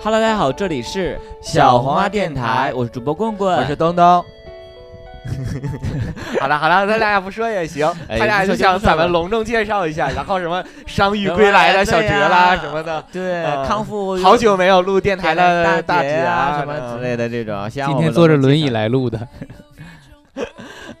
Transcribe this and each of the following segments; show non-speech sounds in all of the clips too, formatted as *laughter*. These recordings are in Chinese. Hello，大家好，这里是小红黄花花电电台台，我是主播棍棍，我是东东。哎 *laughs* 好了好了，咱俩要不说也行，哎他俩不说就不就想说咱们了隆重介绍一下，然后什么伤愈归来的小哲啦什么的，，对，哦嗯康复好久没有录电台台了，大姐啊啊什么之类的这种，今今天坐着轮椅来录的，的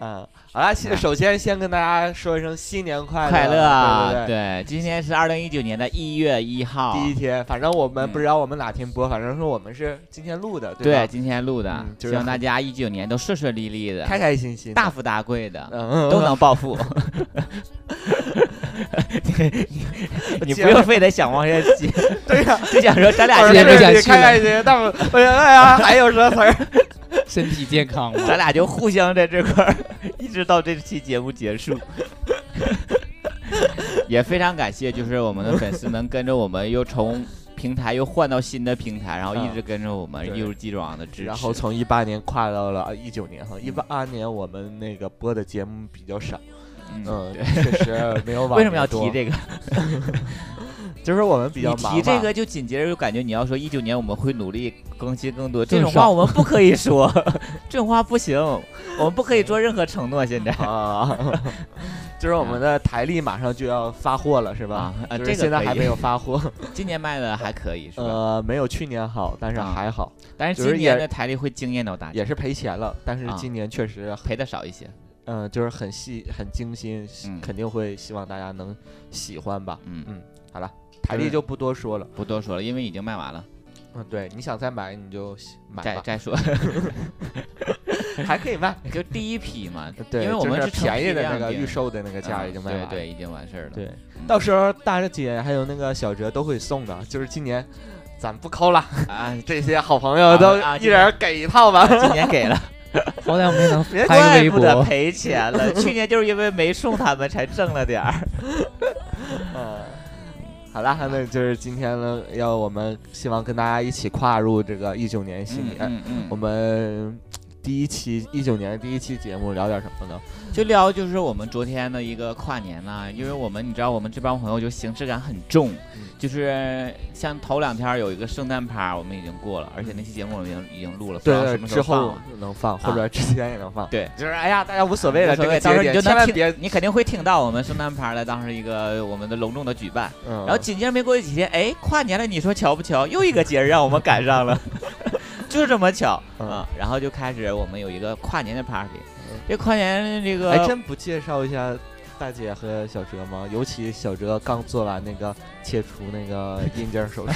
啊。好了，先首先先跟大家说一声新年快嗯快乐啊对对对。对，今天是二零一九年的一月一号，第一天，反正我们嗯不知道我们哪天播，反正说我们是今天录的，对，吧？今天录的嗯，就希是望大家一九年都顺顺利利的，开开心心的，大富大贵的，嗯都能暴 *laughs* 富。 *laughs* 你你接不用非得想往下接，嗯 *laughs* 对呀，就想说 *laughs* 咱俩我今说接天这里着下去开了开心心，但我我觉得哎呀，还有什么词儿？身体健 *laughs* 康嘛。咱俩就互相在这块儿，一直到这期节目结 *laughs* 束。也非常感谢，就是我们的粉丝能跟着我们又从平台又换到新的平台，然后一直跟着我们嗯对一如既往的支持。然后从一八年跨到了呃一九年哈，一八年我们那个播的节目比较少，嗯，嗯，对，确 *laughs* 实没有往为什么要提年多？这个？就是我们比你较忙提这嘛个就紧接着就感觉你要说一九年我们会努力更新更多，这种更话少我们不可以说， *laughs* 这种话不行，我们不可以做任何承诺。现在 *laughs* 啊，就是我们的台历马上就要发货了，是吧嗯啊？啊就这是个现在可以还没 *laughs* 有发货，今年卖的还可以是吧？呃，没有去年好，但是啊还好，但是就是今年也的台历会惊艳到大家，也是赔钱了，但是啊今年确实赔的少一些。嗯、呃就是很细、很精心，嗯肯定会希望大家能喜欢吧。嗯嗯，好了，台历就不多说了。不多说了，因为已经卖完了，嗯，对，你想再买你就买再吧，再 *laughs* 说，还可以卖。就第一批嘛，呃 *laughs* 对，因为我们就是是成便批宜的量那个定预售的那个的价已经卖完了。对对，已经完事儿了。对嗯到时候大姐还有那个小哲都会送的，就是今年咱不抠了，啊，这些好朋友都啊啊一人给一套 *laughs* 吧。今年给了，好歹我们也能别拍个怪微不得博，赔钱了。去年就是因为没送他们才挣了点儿。嗯，好啦，那就是今天呢，要我们希望跟大家一起跨入这个一九年 *laughs* 新年。嗯嗯哎我们第一期一九年第一期节目聊点什么呢？就聊就是我们昨天的一个跨年呐、因为我们你知道我们这帮朋友就形式感很重，嗯就是像头两天有一个圣诞趴，我们已经过了，而且那期节目我们已经已经录了，不知对道对什，么时之候放后了。能放，啊或者之前也能放。对，就是哎呀，大家无所谓了，无所这谓个到时候节你就能点千万听别，你肯定会听到我们圣诞趴来当是一个我们的隆重的举办。然然后紧接着没过几天，哎，跨年了，你说巧不巧？又一个节日让我们赶上 *laughs* 了，就是这么巧嗯啊、然后就开始我们有一个跨年的 party，嗯这跨年这个还哎真不介绍一下大姐和小哲吗？尤其小哲刚做完那个切除那 *laughs* 个阴茎手术，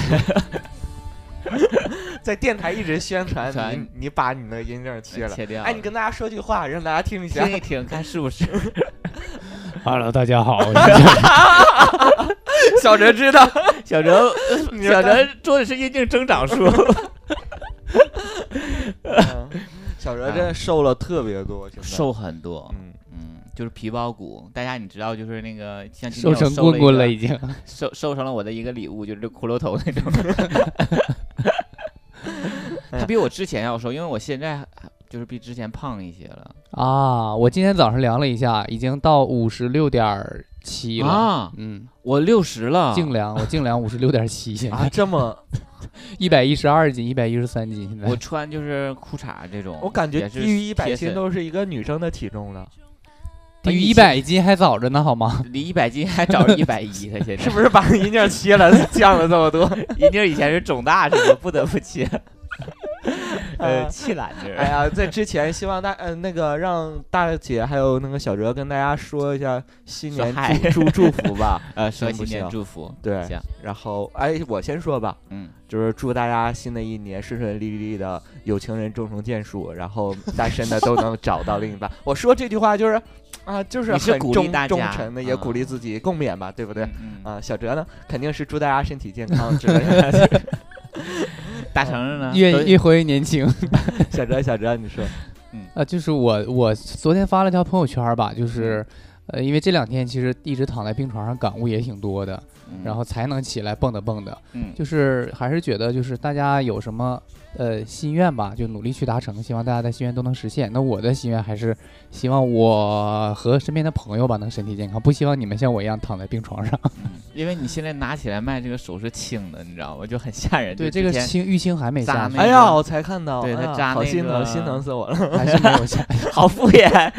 在电台一直宣传传你你把你那个阴茎切了。切掉了。哎，你跟大家说句话，让大家听一下。听一听，看是不是？ Hello，大家好，我 *laughs* 是小哲知 *laughs* 道，小 *laughs* 哲，呃你小哲做的是阴茎增长术， *laughs* 嗯小哲真的瘦了特别多，现在， *laughs* 瘦很多，嗯，嗯，就是皮包骨。大家你知道，就是那个像今天瘦我成收棍棍了了，一已个，经。收收成了我的一个礼物，就是这骷髅头那种。 *laughs* 他比我之前要瘦，因为我现在就是比之前胖一些了。啊，我今天早上量了一下，已经到五十六点七了。啊，嗯，我六十了，净量我净量五十六点七，现啊，在这 *laughs* 么，一百一十二斤，一百一十三斤，现在我穿就是裤衩这种，我感觉也是低于一百贴斤身都是一个女生的体重了，低于一一千百斤还早着呢，好吗？离一百斤还找着一百一了，现在 *laughs* 是不是把阴茎切了， *laughs* 降了这么多？ *laughs* 一妮儿以前是肿大是吧？不得不 *laughs* 切，呃，气懒劲哎儿。呀，在之前希望大呃那个让大姐还有那个小哲跟大家说一下新说年嗨祝祝祝 *laughs* 福吧。呃，说行不新年行祝福，对行，然后哎，我先说吧，嗯，就是祝大家新的一年顺顺利利的，有情人终成眷属，然后单身的都能找到另一半。我说这句话就是啊，就是你是很鼓励忠大家忠诚的，也嗯鼓励自己，共勉吧，对不对？嗯，嗯啊，小哲呢，肯定是祝大家身体 *laughs* 健康之类的。大成人呢？越都越活越年轻 *laughs* 小哲，小哲，你说啊！就是我我昨天发了条朋友圈吧，就是。嗯呃，因为这两天其实一直躺在病床上，感悟也挺多的，嗯然后才能起来蹦跶蹦跶。嗯就是还是觉得就是大家有什么呃心愿吧，就努力去达成，希望大家的心愿都能实现。那我的心愿还是希望我和身边的朋友吧能身体健康，不希望你们像我一样躺在病床上。嗯因为你现在拿起来卖这个手是轻的，你知道吗？就很吓人。 *laughs* 对，就这个之前清玉清还没扎下那呢，个哎呀，我才看到，对他哎呀扎好那心疼，个心疼死我了。 *laughs* 还是没有下。好敷衍，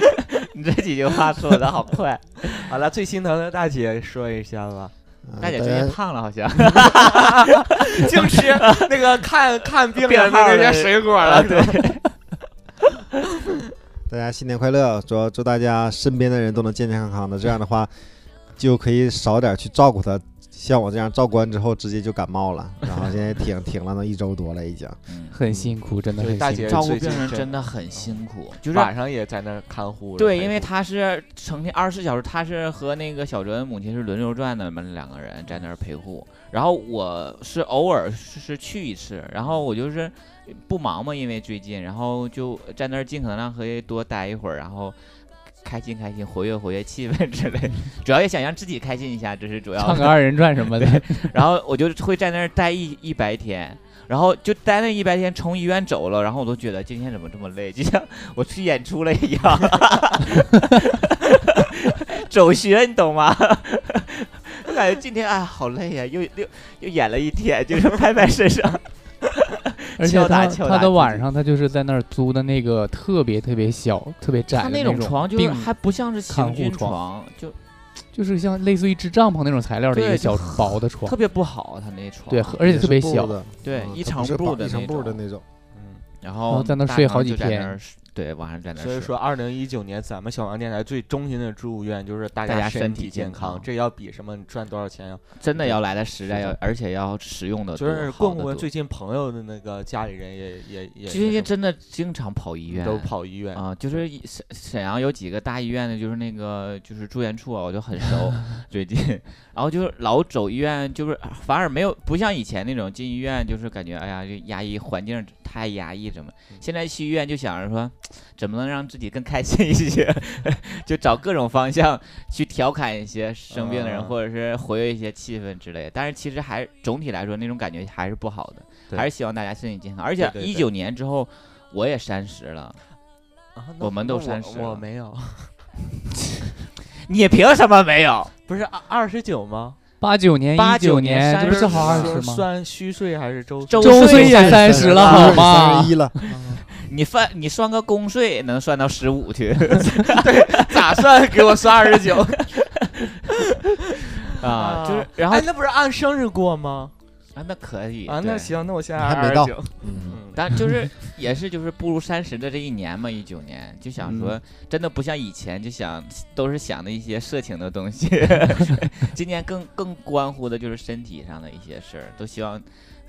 你这几句话说的好快。 *laughs* 好了，最心疼的大姐说一下吧。 *laughs* 呃大姐大最近家胖了，好像。净 *laughs* 吃那个看看病人的那些 *laughs* 水果啊了，对，大家新年快乐！主要祝大家身边的人都能健健康康的，这样的话就可以少点去照顾他。像我这样照关之后，直接就感冒了，然后现在挺挺了能一周多了 *laughs* 已经。很辛苦，真的就很是大辛姐苦。嗯照顾最病近人真嗯真的很辛苦，就是晚上也在那儿看护着。对，陪因为护他是成天二十四小时，他是和那个小哲母亲是轮流转的，我们两个人在那儿陪护。然后我是偶尔是是去一次，然后我就是不忙嘛，因为最近，然后就在那儿尽可能让何爷多待一会儿，然后开心开心，活跃活跃气氛之类的， *laughs* 主要也想让自己开心一下，这是主要唱个的。二人转什么的，然后我就会在那儿待一一白天。然后就待那一白天，从医院走了，然后我都觉得今天怎么这么累，就像我去演出了一样， *laughs* 走学你懂吗？我感觉今天哎好累呀、又又又演了一天，就是拍拍身 *laughs* 上，而且敲打他敲他打自的晚己上他就是在那儿租的那个特别特别小、特别窄他的那种床就是病还不像是看行护军床床，就就是像类似于支帐篷那种材料的一对个小就薄的床特，别不好，他那床对，而呃且特别小，对嗯一它层不是布绑的一层布的种，那种。嗯然然后后在那大睡堂好就几在那天儿睡，对，晚上在那儿所以睡说，二零一九年咱们小王电台最衷心的祝愿就是大大家身身体体健康康，这要比什么你赚多少钱要，真的要来的实在，是要的而且要实用的多，就是呃好棍得棍多最近朋友的那个家里人也也也最也近真的经常跑医院，都跑医院，啊，就是一沈沈阳有几个大医院的，就是那个就是住院处啊，我就很 *laughs* 熟，最近，然后就是老走医院，就是反而没有不像以前那种进医院就是感觉哎呀这压抑环境太压抑怎么，嗯现在去医院就想着说怎么能让自己更开心一些， *laughs* 就找各种方向去调侃一些生病的人，啊或者是活跃一些气氛之类的，但是其实还总体来说那种感觉还是不好的，对还是希望大家身体健康，而对且对对一九年之后。我也三十了，啊那我们那都三十我了没有， *laughs* 你凭什么没有？不是二二十九吗？八九年、一89九年这不30是好二就十是吗？算虚岁还是周岁？周周岁岁也三十十 *laughs* 了，好三吗十？一了， *laughs* 你算你算个公税能算到十五去咋 *laughs* 算给我算二十九？ *laughs* 啊？就是然后哎，那不是按生日过吗？啊，那可以啊，那对行，那我现在还二没十到九。嗯，嗯但就是也是就是步入三十的这一年嘛，一九年就想说，真的不像以前就想都是想的一些色情的东西， *laughs* 今年更更关乎的就是身体上的一些事儿，都希望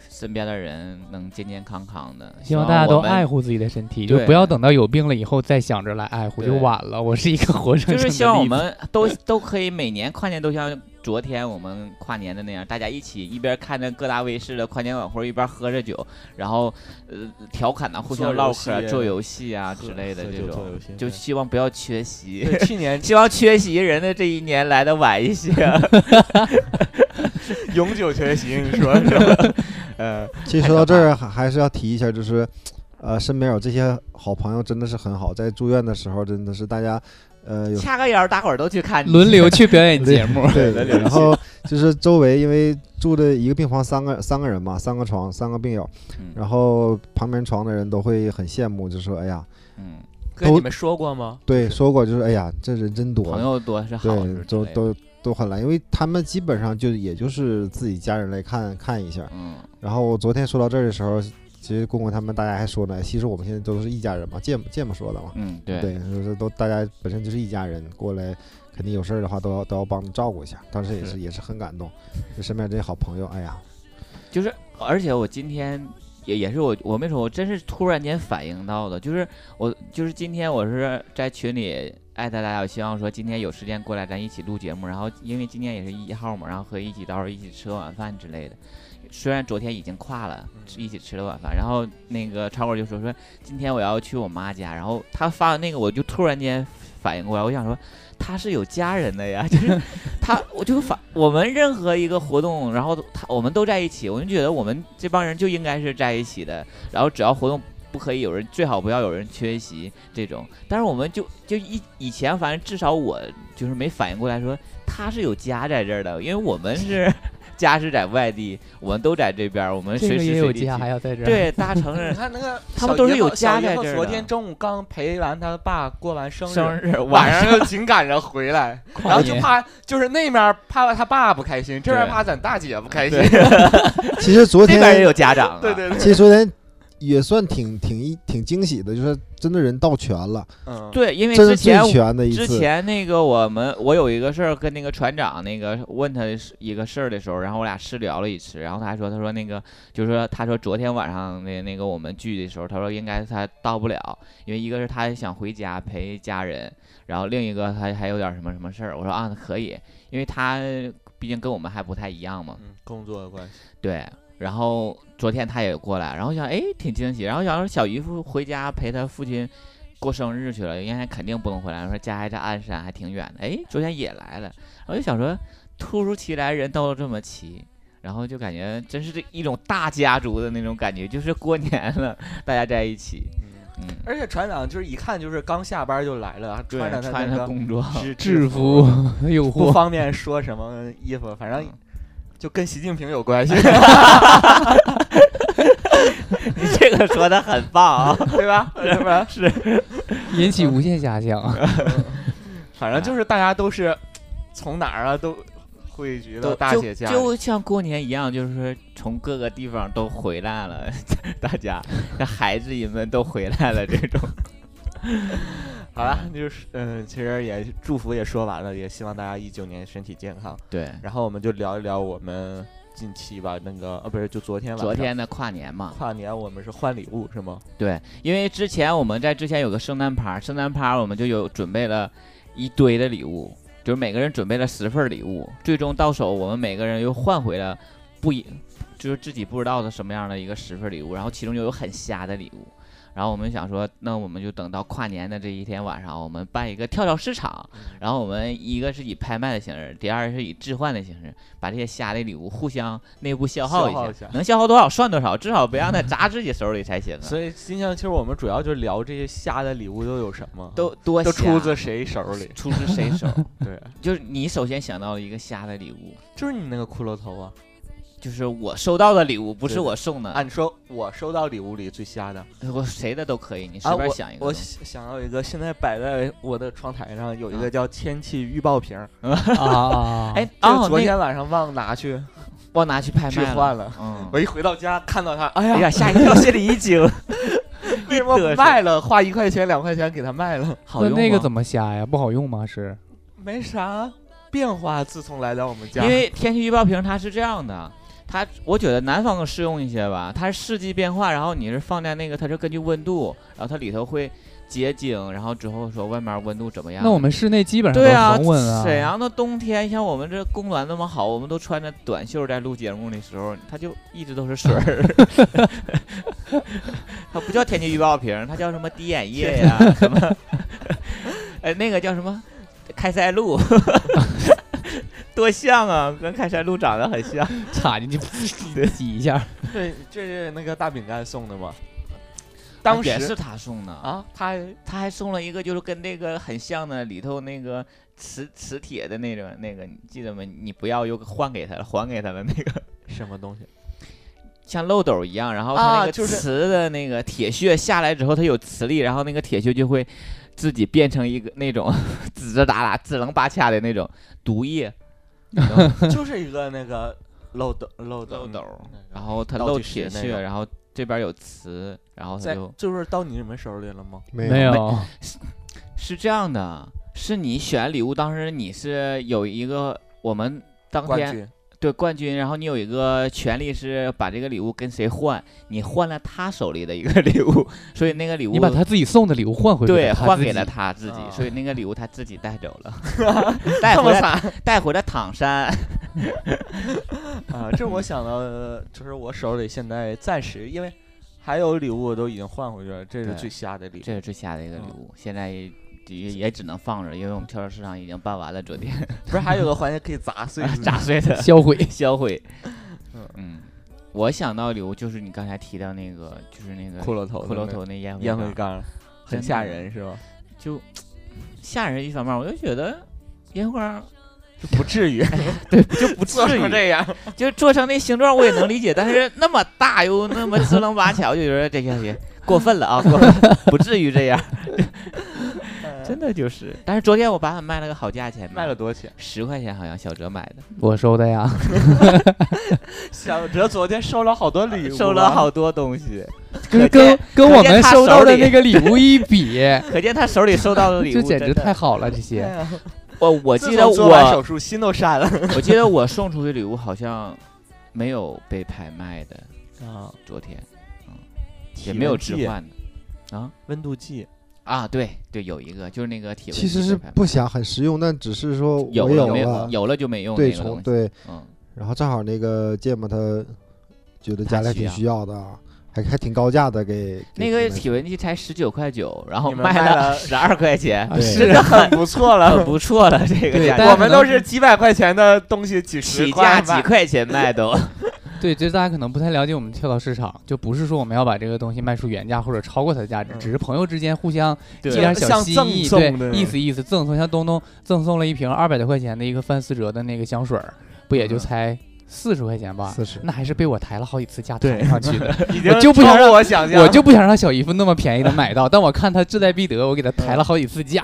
身边的人能健健康康的，希望大家都我们爱护自己的身体，就对不要等到有病了以后再想着来爱护，就对晚了。我是一个活生生 *laughs* 就是的希望我例子们都都可以每年跨年都像昨天我们跨年的那样，大家一起一边看着各大卫视的跨年晚会，一边喝着酒，然后呃调侃呐，互相做唠游嗑、戏做游戏啊之喝类的喝这酒做种游戏，就对希望不要缺席。 *laughs* 对，哎去年 *laughs* 希望缺席人的这一年来的晚一些， *laughs* 永久缺席，你说是 *laughs* 吧？呃，其实说到这儿啊还还是要提一下，就是，呃，身边有这些好朋友真的是很好，在住院的时候真的是大家，呃， *laughs* 有，掐个腰，大伙儿都去看你轮流去表演节目对，轮流然后就是周围因为住的一个病房三个三个人嘛，三个床三个病友，嗯然后旁边床的人都会很羡慕，就说哎呀，嗯，哥，都你们说过吗？对，是说过就是哎呀，这人真多，朋友多是好对事，之都类的，都都很来，因为他们基本上就也就是自己家人来看看一下。嗯，然后我昨天说到这儿的时候，其实公公他们大家还说呢，其实我们现在都是一家人嘛，芥末芥末说的嘛，嗯，对，对，就是都大家本身就是一家人，过来肯定有事儿的话都要都要帮着照顾一下。当时也是是也是很 *laughs* 感动，就身边这些好朋友，哎呀，就是，而且我今天也也是我我没说，我真是突然间反应到的，就是我就是今天我是在群里艾特大家，我希望说今天有时间过来咱一起录节目，然后因为今天也是一号嘛，然后和一起到时候一起吃个晚饭之类的。虽然昨天已经跨了，吃一起吃了晚饭，然后那个超哥就说说今天我要去我妈家，然后他发完那个我就突然间反应过来，我想说他是有家人的呀，就是他，我就反我们任何一个活动，然后他我们都在一起，我就觉得我们这帮人就应该是在一起的，然后只要活动。不可以有人，最好不要有人缺席这种。但是我们就就以以前，反正至少我就是没反应过来说他是有家在这儿的，因为我们是家是在外地，我们都在这边儿，我们这 *laughs* 随个时也随有地家，还去。要在这儿。对，大城你市看那个 *laughs* 他们小都是姨后有家小姨在后这儿昨的天中午刚陪完他爸过完生日，生日晚晚上。上又紧赶着回来， *laughs* 跨然后就年怕就是那面怕他爸不开心，这边对怕咱大姐不开心。其实昨这边也天，有家长啊， *laughs* 对对 *laughs* 对，其实昨天也算挺挺一挺惊喜的，就是真的人到全了，嗯，对，因为这之是最前全的一之次。前那个我们我有一个事儿跟那个船长那个问他是一个事儿的时候，然后我俩私聊了一次，然后他还说他说那个就是说他说昨天晚上那那个我们聚的时候，他说应该他到不了，因为一个是他想回家陪家人，然后另一个他还有点什么什么事儿，我说啊可以，因为他毕竟跟我们还不太一样嘛，嗯工作的关系，对，然后昨天他也过来，然后想哎挺惊喜，然后想说小姨夫回家陪他父亲过生日去了，应该肯定不能回来，说家还在鞍山，还挺远的。哎，昨天也来了，我就想说突如其来人到了这么齐。然后就感觉真是这一种大家族的那种感觉，就是过年了，大家在一起，嗯嗯，而且船长就是一看就是刚下班就来了，还对穿着他穿那着个工装，制制服服， *laughs* 诱不惑，方便说什么衣服，反正嗯就跟习近平有 *laughs* 关系，你 *laughs* 这个说的很棒啊！对 *laughs* 吧？是吧？是，引起无限遐想。反哎正就是大家都是从哪儿啊都汇聚到都大就姐家里，就像过年一样，就是从各个地方都回来了，大家那孩子们都回来了，这 *laughs* 种好了，就是嗯，其实也祝福也说完了，也希望大家一九年身体健康。对。然后我们就聊一聊我们近期吧，那个呃、不是就昨天晚 *laughs* 上昨天的跨年嘛，跨年我们是换礼物是吗？对，因为之前我们在之前有个圣诞趴，圣诞趴我们就有准备了一堆的礼物，就是每个人准备了十份礼物，最终到手我们每个人又换回了不一，就是自己不知道的什么样的一个十份礼物，然后其中又有很瞎的礼物，然后我们想说，那我们就等到跨年的这一天晚上，我们办一个跳蚤市场，然后我们一个是以拍卖的形式，第二是以置换的形式，把这些瞎的礼物互相内部消耗一消下，耗一下能消耗多少算多少，至少不让它砸自己手里才行啊。所以今天其实我们主要就聊这些瞎的礼物都有什么，都多都瞎？出自谁手里出自谁手？对， *laughs* 就是你首先想到了一个瞎的礼物，就是你那个骷髅头啊。就是我收到的礼物，不是对啊我送的，按说我收到礼物里最瞎的，我谁的都可以，你随啊，便我想一个我都。想想到一个，现在摆在我的窗台上有一个叫天气预报瓶儿，啊啊！啊哎，这个哦，昨那个天晚上忘拿去我拿去拍置卖换了。了。嗯，我一回到家看到它，哎哎呀，呀，吓一 *laughs* 跳，心里一惊， *laughs* 为什么嘚不瑟卖了？花一块钱、两块钱给它卖了，好那用吗那个怎么瞎呀？不好用吗？是没啥变化。自从来到我们家，因为天气预报瓶它是这样的，它我觉得南方更适用一些吧，它是四季变化，然后你是放在那个，它是根据温度，然后它里头会结晶，然后之后说外面温度怎么样。那我们室内基 *laughs* 本上都对是啊恒温，啊。沈阳的冬天，像我们这供暖那么好，我们都穿着短袖在录节目的时候，它就一直都是水儿。 *laughs* 它不叫天气预报瓶，它叫什么滴眼液呀、什么， *laughs* 哎，那个叫什么开塞露， *laughs* 多像啊，跟开塞露长得很像。 *laughs* *laughs* 插进去挤一下。对，这是那个大饼干送的嘛。当啊也时是他送的啊，啊，他他还送了一个就是跟那个很像的，里头那个磁磁铁的那种那个，你记得吗？你不要又换给他了，还给他了那个。什么东西？ *laughs* 像漏斗一样，然后啊它那就个是磁的那个铁屑下来之后，它有磁力，然后那个铁屑就会自己变成一个那种 *laughs* 紫着打打、支棱八掐的那种毒 *laughs* 液就是一个那个漏斗漏斗漏斗，那嗯然个后它嗯倒漏计时铁那屑，个然后这边有磁，然后它在就就是到你们手里了吗？没没有，是这样的，是你选礼物，当时你是有一个我们当冠天军对冠军，然后你有一个权利是把这个礼物跟谁换，你换了他手里的一个 *laughs* 礼物，所以那个礼物你把他自己送的礼物换回去，对，他换自给了己。他自己，啊所以那个礼物他自己带走 *laughs* 了，带回来带回了唐山。啊，这我想到的就是我手里现在暂时因为还有礼物我都已经换回去了，这是 *laughs* 对最瞎的礼物。这是最瞎的一个礼嗯物，现在也也只能放着，因为我们跳蚤市场已经办完了，昨天不是还有个环节可以砸碎 *laughs* 是吗砸碎的销毁。 *laughs* 销 *laughs* 毁嗯。嗯，我想到留就是你刚才提到那个，就是那个 *laughs* 骷髅头的那骷髅个，头那烟烟灰缸，缸，真很的吓人是 *laughs* 吧？就吓人一方面，我就觉得烟灰缸就不至 *laughs* 于，就不至做 *laughs* 成于这样。就做成那形状我也能理解，但是那么大又那么支棱八巧，我就觉得这个也过分了啊，过分了，不至于 *laughs* 这样， *laughs* 真的就是。但是昨天我把它卖了个好价钱，卖了多少钱？十块钱，好像小哲买的，我收的呀，小哲昨天收了好多礼物啊，收了好多东西，跟可跟见跟可我见们他收手到的里那个礼物一比，可见 *laughs* 他手里收到的礼物就简直真的太好了。这对些啊。我我自记从得做完手我术心都善了。我记得我送出去礼物好像没有被拍卖的，啊，昨天也没有置换的温度计，啊，对对，有一个就是那个体温其实计是被拍卖不想很实用，但只是说有我没了有，有了就没用对那个东重西，对，嗯。然后正好那个芥末他觉得他家里还需挺要需要的啊，还还挺高价的给给那个你们体温计才十九块九，然后你们卖了 *laughs* 了十二块钱， *laughs* 对真的很 *laughs* 不错很了。不错了。这个啊对价但格我们都是几百块钱的东西，几十起价块吧几块钱卖 *laughs* 都，对，就是大家可能不太了解我们跳蚤市场，就不是说我们要把这个东西卖出原价或者超过它的价值，嗯只是朋友之间互相对寄点小像心赠意，送对的，意思意思赠送。像东东赠送了一瓶二百多块钱的一个范思哲的那个香水儿，不也就嗯才四十块钱啊吧？ 40那还是被我抬了好几次价对抬上去 *laughs* 的。已经就不想超让过我想象，我就不想让小姨夫那么便宜的买到，但我看他志在必得，我给嗯他抬了好几次价。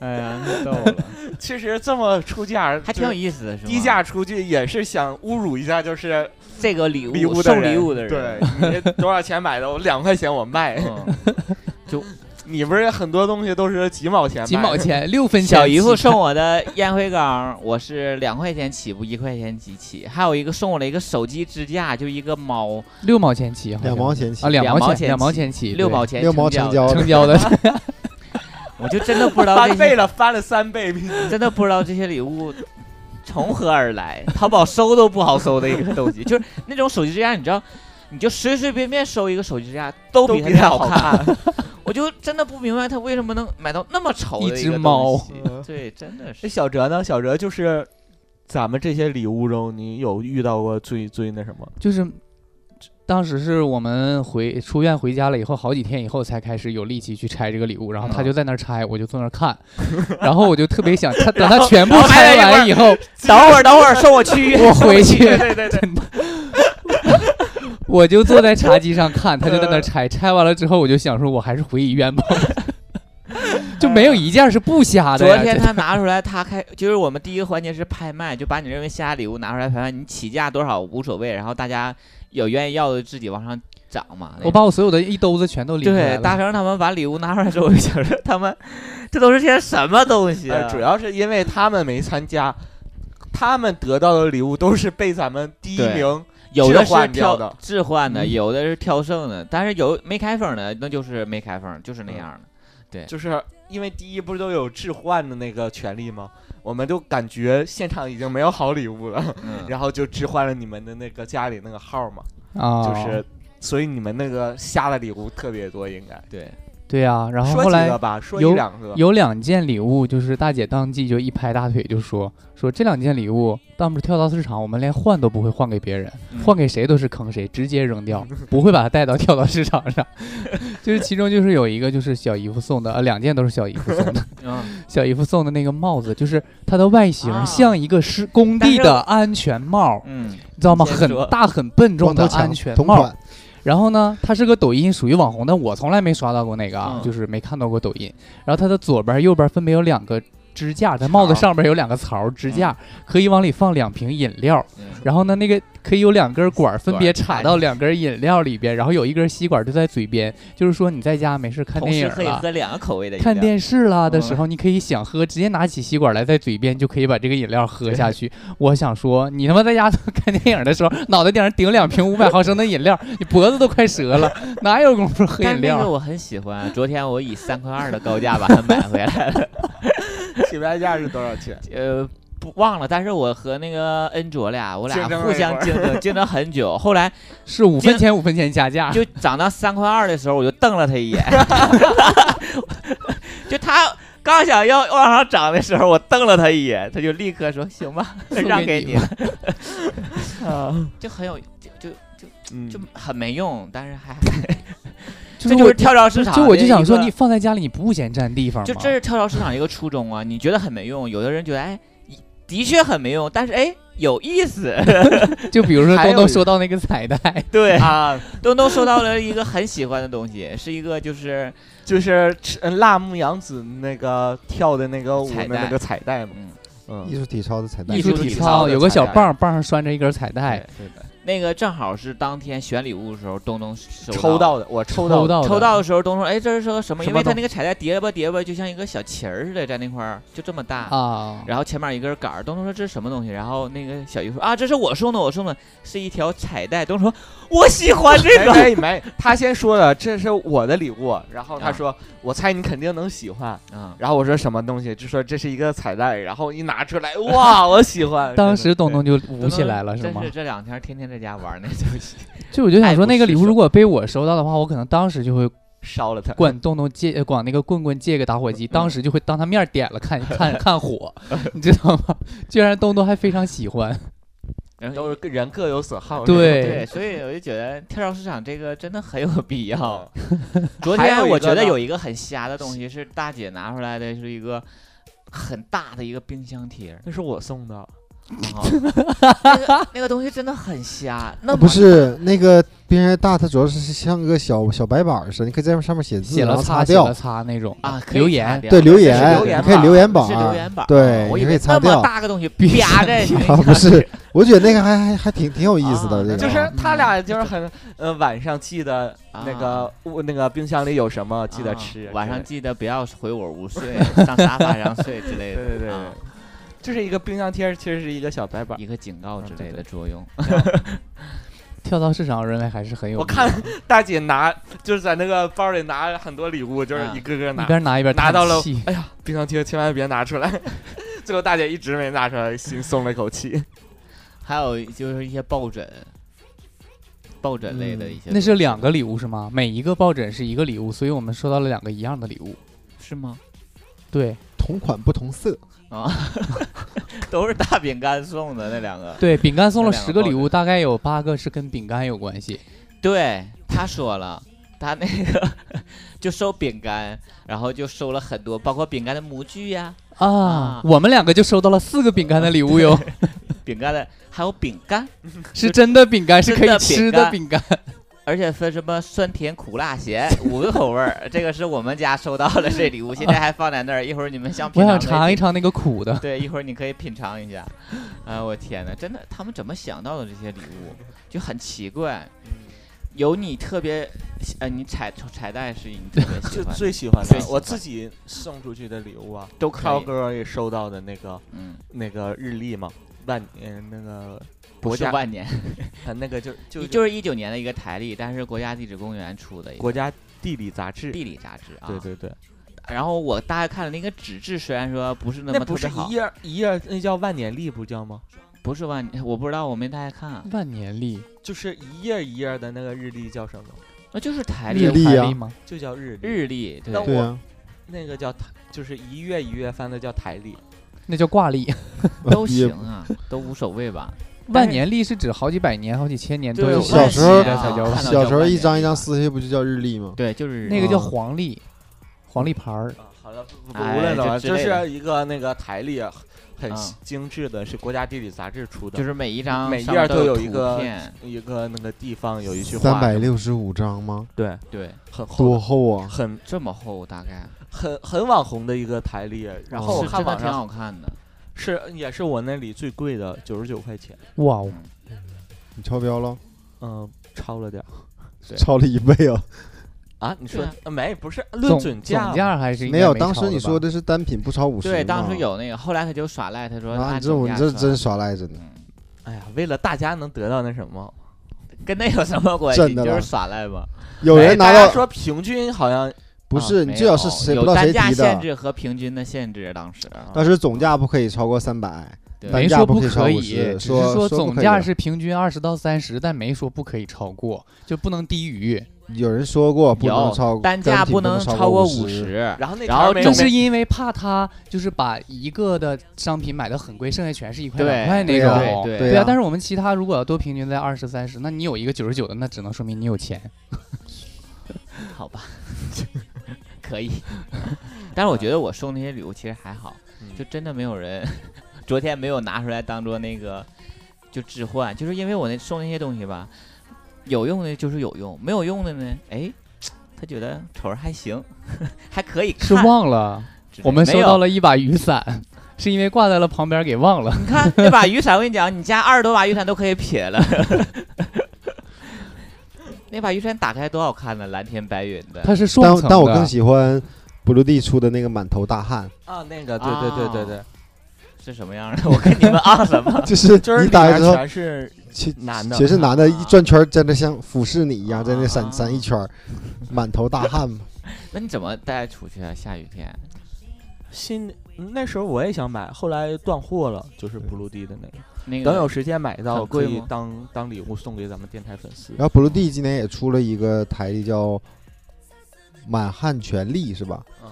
哎呀，逗了，其实这么出价还挺有意思的，是思吗低，价出去也是想侮辱一下，就是这个礼物礼物的送人礼物的对人，，你多少钱买的？我两块钱我卖。嗯你不是很多东西都是几毛钱？几毛。钱，六分钱。嗯小姨夫送我的烟灰缸，我是两块钱起步，一块钱起起，还有一个送我了一个手机支架，就一个猫，六毛钱起，好像两毛钱起啊，两两毛毛钱两毛起钱起，六对毛钱六毛成交成的，成交的。 *laughs* 我就真的不知 *laughs* 道这翻些倍了，翻了三倍，真的不知道这些礼物从何而来，淘宝搜都不好搜的一个东西，就是那种手机支架，你知道，你就随随便便搜一个手机支架都都比比它它好好看， *laughs* 我就真的不明白他为什么能买到那么丑的一个只东猫西嗯对，真的是那小哲呢？小哲就是咱们这些礼物中，你有遇到过最最那什么？ *laughs* 就是当时是我们回出院回家了以后，好几天以后才开始有力气去拆这个礼物，然后嗯他就在那儿拆，我就坐那儿看，然后我就特别想 *laughs* 他等他全部然后拆然后完以后，等会儿，等会儿，送我 *laughs* 去医院我回去对对对对， *laughs* 我就坐在茶几上看，他就嗯在那儿拆，拆完了之后我就想说，我还是回医 *laughs* 院吧。就没有一件是不瞎的 *laughs* 昨呀。天这他拿出来，他开就是我们第一个环节是拍卖，就把你认为瞎的礼物拿出来拍卖，你起价多少无所谓，然后大家有愿意要的自己往上涨嘛。那我种把我所有的一兜子全都拎出来对，大了。成他们把礼物拿出来之后，我就想说他们这都是些什么东西、啊呃主要是因为他们没参加，他们得到的礼物都是被咱们第一对名有的置是换掉挑的置换的，嗯有的是挑剩的，但是有没开封的，那就是没开封，就是嗯那样的。就是因为第一不是都有置换的那个权利吗？我们就感觉现场已经没有好礼物了，嗯， *laughs* 然后就置换了你们的那个家里那个号嘛，啊，就是所以你们那个瞎的礼物特别多，应该。对，对啊，然后说后几来个吧，说有一两个。有两件礼物，就是大姐当即就一拍大腿就说说这两件礼物，当时跳蚤市场我们连换都不会换给别人，嗯换给谁都是坑谁，直接扔掉，不会把它带到跳蚤市场上。 *laughs* 就是其中就是有一个就是小姨夫送的，呃，两件都是小姨夫送的， *laughs* 嗯，小姨夫送的那个帽子，就是它的外形啊像一个是工地但是的安全帽，嗯，你知道吗？先很说大很笨重光头的强安全啊同帽款。，然后呢，它是个抖音属于网红，但我从来没刷到过那个啊，嗯就是没看到过抖音。然后它的左边、右边分别有两个支架，它帽子上边有两个槽儿支架，可以往里放两瓶饮料。嗯然后呢，那个可以有两根管儿分管别儿哎插到两根饮料里边，然后有一根吸管就在嘴边。就是说你在家没事嗯看同电影啊时可以了。喝两个口味的饮料。看电视啦的时候，嗯你可以想喝，直接拿起吸管来，在嘴边就可以把这个饮料喝下去。我想说，你他妈在家看电影的时候，脑袋顶上顶两瓶五百毫升的饮料， *laughs* 你脖子都快折了， *laughs* 哪有功夫喝但饮是那个料？我很喜欢，昨天我以三块二的高价把它买回 *laughs* 来了，起拍价是多少钱？呃，不忘了，但是我和那个恩卓俩，我俩竞争了互一相会儿竞争，竞争很久，后来是五分钱五分钱加价， *laughs* 就涨到三块二的时候，我就瞪了他一眼，就他他刚想要往上涨的时候，我瞪了他一眼，他就立刻说：“行吧，送让给给你你了。 *laughs* 啊”就很有就就嗯就很没用，但是还 *laughs* 这就是就我是跳蚤市场。就我就想说，你，放在家里你不嫌占地方吗？就这是跳蚤市场一个初衷啊！你觉得很没用，有的人觉得哎，的确很没用，但是哎有意 *laughs* 思。就比如说还东有东一收到那个彩带，对，啊，东东收到了一个很喜欢的东西，是一个就是就是吃呃辣目洋子那个跳的那个舞彩的带那个彩带嘛，嗯，艺嗯，术体操的彩蛋 *laughs* 艺术术体体操的有个彩小带棒儿，棒上拴着一根彩带，对的，那个正好是当天选礼物的时候，东东收抽到到的，我抽抽到的，到抽的到的时候，东东说：“哎，这是个什么？什因么为他东那个彩带叠吧叠吧，就像一个小旗儿似的，在那块儿就这么大。啊，然后前面一根杆儿，东东说这是什么东西？然后那个小姨说啊，这是我送的，我送的是一条彩带。东东说我喜欢这 *laughs* 没个没哎没，他先说的这是我的礼物，然后他啊说我猜你肯定能喜欢， *laughs* 啊，然后我说什么东西，就说这是一个彩带，然后一拿出来，哇，我喜欢。当时东东就东舞东起来了，是真吗是？这两天天天在家玩那游戏，就我就想爱说，不那个释礼物手如果被我收到的话，我可能当时就会烧了他，管东东借，呃管那个棍棍借个打火机，当时就会当他面儿点了看看 *laughs* 看火，你知道吗？居然东东还非常喜欢，然后都是各人各有所好。对对，所以我就觉得跳蚤市场这个真的很有必要。昨还有天一我个觉得呢有一个很瞎的东西是大姐拿出来的，是一个很大的一个冰箱贴儿，那是我送的，然后那个那个东西真的很瞎，那不么是那个冰人大，它主要是像个小小白板儿似的，你可以在上面写字，写然了后擦，擦写了掉。擦那种啊，可以留擦言掉对，留言是留言你可以吧留言板是留言儿。板儿，哦对我你以可为以擦那么掉大个东西啪着你 *laughs* 啊，不是，我觉得那个还还还挺挺有意思啊的，这个对嗯就是吧他俩就是很，呃，晚上记得那个屋那个冰箱里有什么，记得啊吃。晚上对记得不要回我屋 *laughs* 睡，上沙发上睡之类的。对对对啊对，就是一个冰箱贴，其实是一个小白板。一个警告之类的作用。跳蚤市场，我认为还是很有我必看要的大姐拿就是在那个包里拿了很多礼物，就是啊一个个拿一。边 *laughs* 拿一边拿叹到了气哎呀，冰箱贴千万别拿出来。最后大姐一直没拿出来，心松了一口气。还有就是一些抱枕，抱枕类嗯的一些东西、那是两个礼物是吗？每一个抱枕是一个礼物，所以我们收到了两个一样的礼物。是吗？ *laughs* 对同款不同色。啊，都是大饼干送的那两个。对，饼干送了这两十个个抱礼物，枕大概有八个是跟饼干有关系。啊对，他说了，他那个就收饼干，然后就收了很多，包括饼干的模具呀、啊啊，我们两个就收到了四个饼干的礼物哟，饼干的，还有饼干，是真的饼干，是可真以的吃饼的干饼干。而且分什么酸甜苦辣咸五个口味儿。这个是我们家收到了这礼物，现在还放在那儿，一会儿你们想我品尝想可以尝一品。尝那个苦的，对，一会儿你可以品尝一下。哎、我天哪，真的，他们怎么想到的这些礼物，就很奇怪。嗯有你特别，呃，你彩彩带是你特别喜 *laughs* 就欢的，最喜欢最的喜，欢我自己送出去的礼物啊，都超可以。哥也收到的那个嗯，那个日历嘛，万嗯那个不国是家，万年，他那个就就就是一九年的一个台历，但是国家地质公园出的一个国家地理杂志，地理杂志啊。对。对对，然后我大概看了那个纸质，虽然说不是那那么特不是别好一，页一页，那叫万年历不叫吗？不是万年，我不知道，我没太看。啊万年历，就是一页一页的那个日历叫什么？那就是台日历有有历台啊历吗？就叫日历，日历，对那对啊，那个叫台就是一月一月翻的叫台历，那叫挂历。 *laughs* 都也行啊，都无所谓 *laughs* 吧。但万是年历是指好几百年、好几千年都对有我的，小时候这才叫看到小时候万一年张一历张吧撕下去，不就叫日历吗？对，就是哦 *laughs* 那个叫啊黄历，哦黄历牌儿。啊，好了，不不哎无论怎么，这就之类的是一个那个台历，很啊精致的，是国家地理杂志出的，就是是每一张每上页面都有有一图个片一个那个地方有一句话，三百六十五张吗？对，对，很厚多的，厚啊！很这么厚大概，哦很很网红的一个台历，然后我嗯是看真的网挺上好看的。是也是我那里最贵的，九十九块钱，哇哦，你超标了，嗯，超了点儿对超了一倍啊！啊？你说对啊呃没不是论总准价总价还是应该没有，没当超时你的吧说的是单品不超五十。对，当时。有那个，后来他就耍赖，他说啊，按你这我总你价这算真耍赖，真的。嗯哎呀，为了大家能得到那什么，跟那有什么关系？真的就是了耍赖吧。有人哎拿大家到说平均好像不是，啊你没最好有是谁不有知道谁单价提限的。啊制和平均的限制，当时啊当时总价不可以超过三百，对单没价说不可以超可以， 50只是说说不总可以价的是平均二十到三十，但没说不可以超过，就不能低于。有人说过不能有超，单价不能超超过五五。十。然后然那条后没对正正是没因为怕他就是把一个的商品买的很贵，剩下全是一块对两块那对啊种。对对啊啊，但是我们其他如果要都平均在二十三十，那你有一个九十九的，那只能说明你有钱。好吧， *laughs* 可以。 *laughs* 但是我觉得我送那些礼物其实还好，嗯就真的没有人， *laughs* 昨天没有拿出来当做那个就置换，就是因为我那送那些东西吧，有用的就是有用，没有用的呢，哎，他觉得瞅着还行， *laughs* 还可以是看。忘了，之类我们没收有到了一把雨伞，是因为挂在了旁边给忘了。你看这把雨伞，我跟你讲，你家二十多把雨伞都可以撇 *laughs* 了。那把雨伞打开多好看呢，蓝天白云的。它是双但层的，但我更喜欢 blue 地出的那个满头大 *laughs* 汗，啊，那个对对对对对，是什么样的？我 *laughs* 跟你们啊什 *laughs* 么？就是就是你里打开面之后，全是全男的，全是男的，一啊转圈儿在那像俯视你一样，在那啊闪闪一圈儿，满头大汗嘛。那你怎么带出去啊？下雨天新。那时候我也想买，后来断货了，就是布鲁迪的那个。那个等有时间买到，很可贵以吗当当礼物送给咱们电台粉丝。然后 blue 地今年也出了一个台历叫《满汉全历》，是吧？嗯，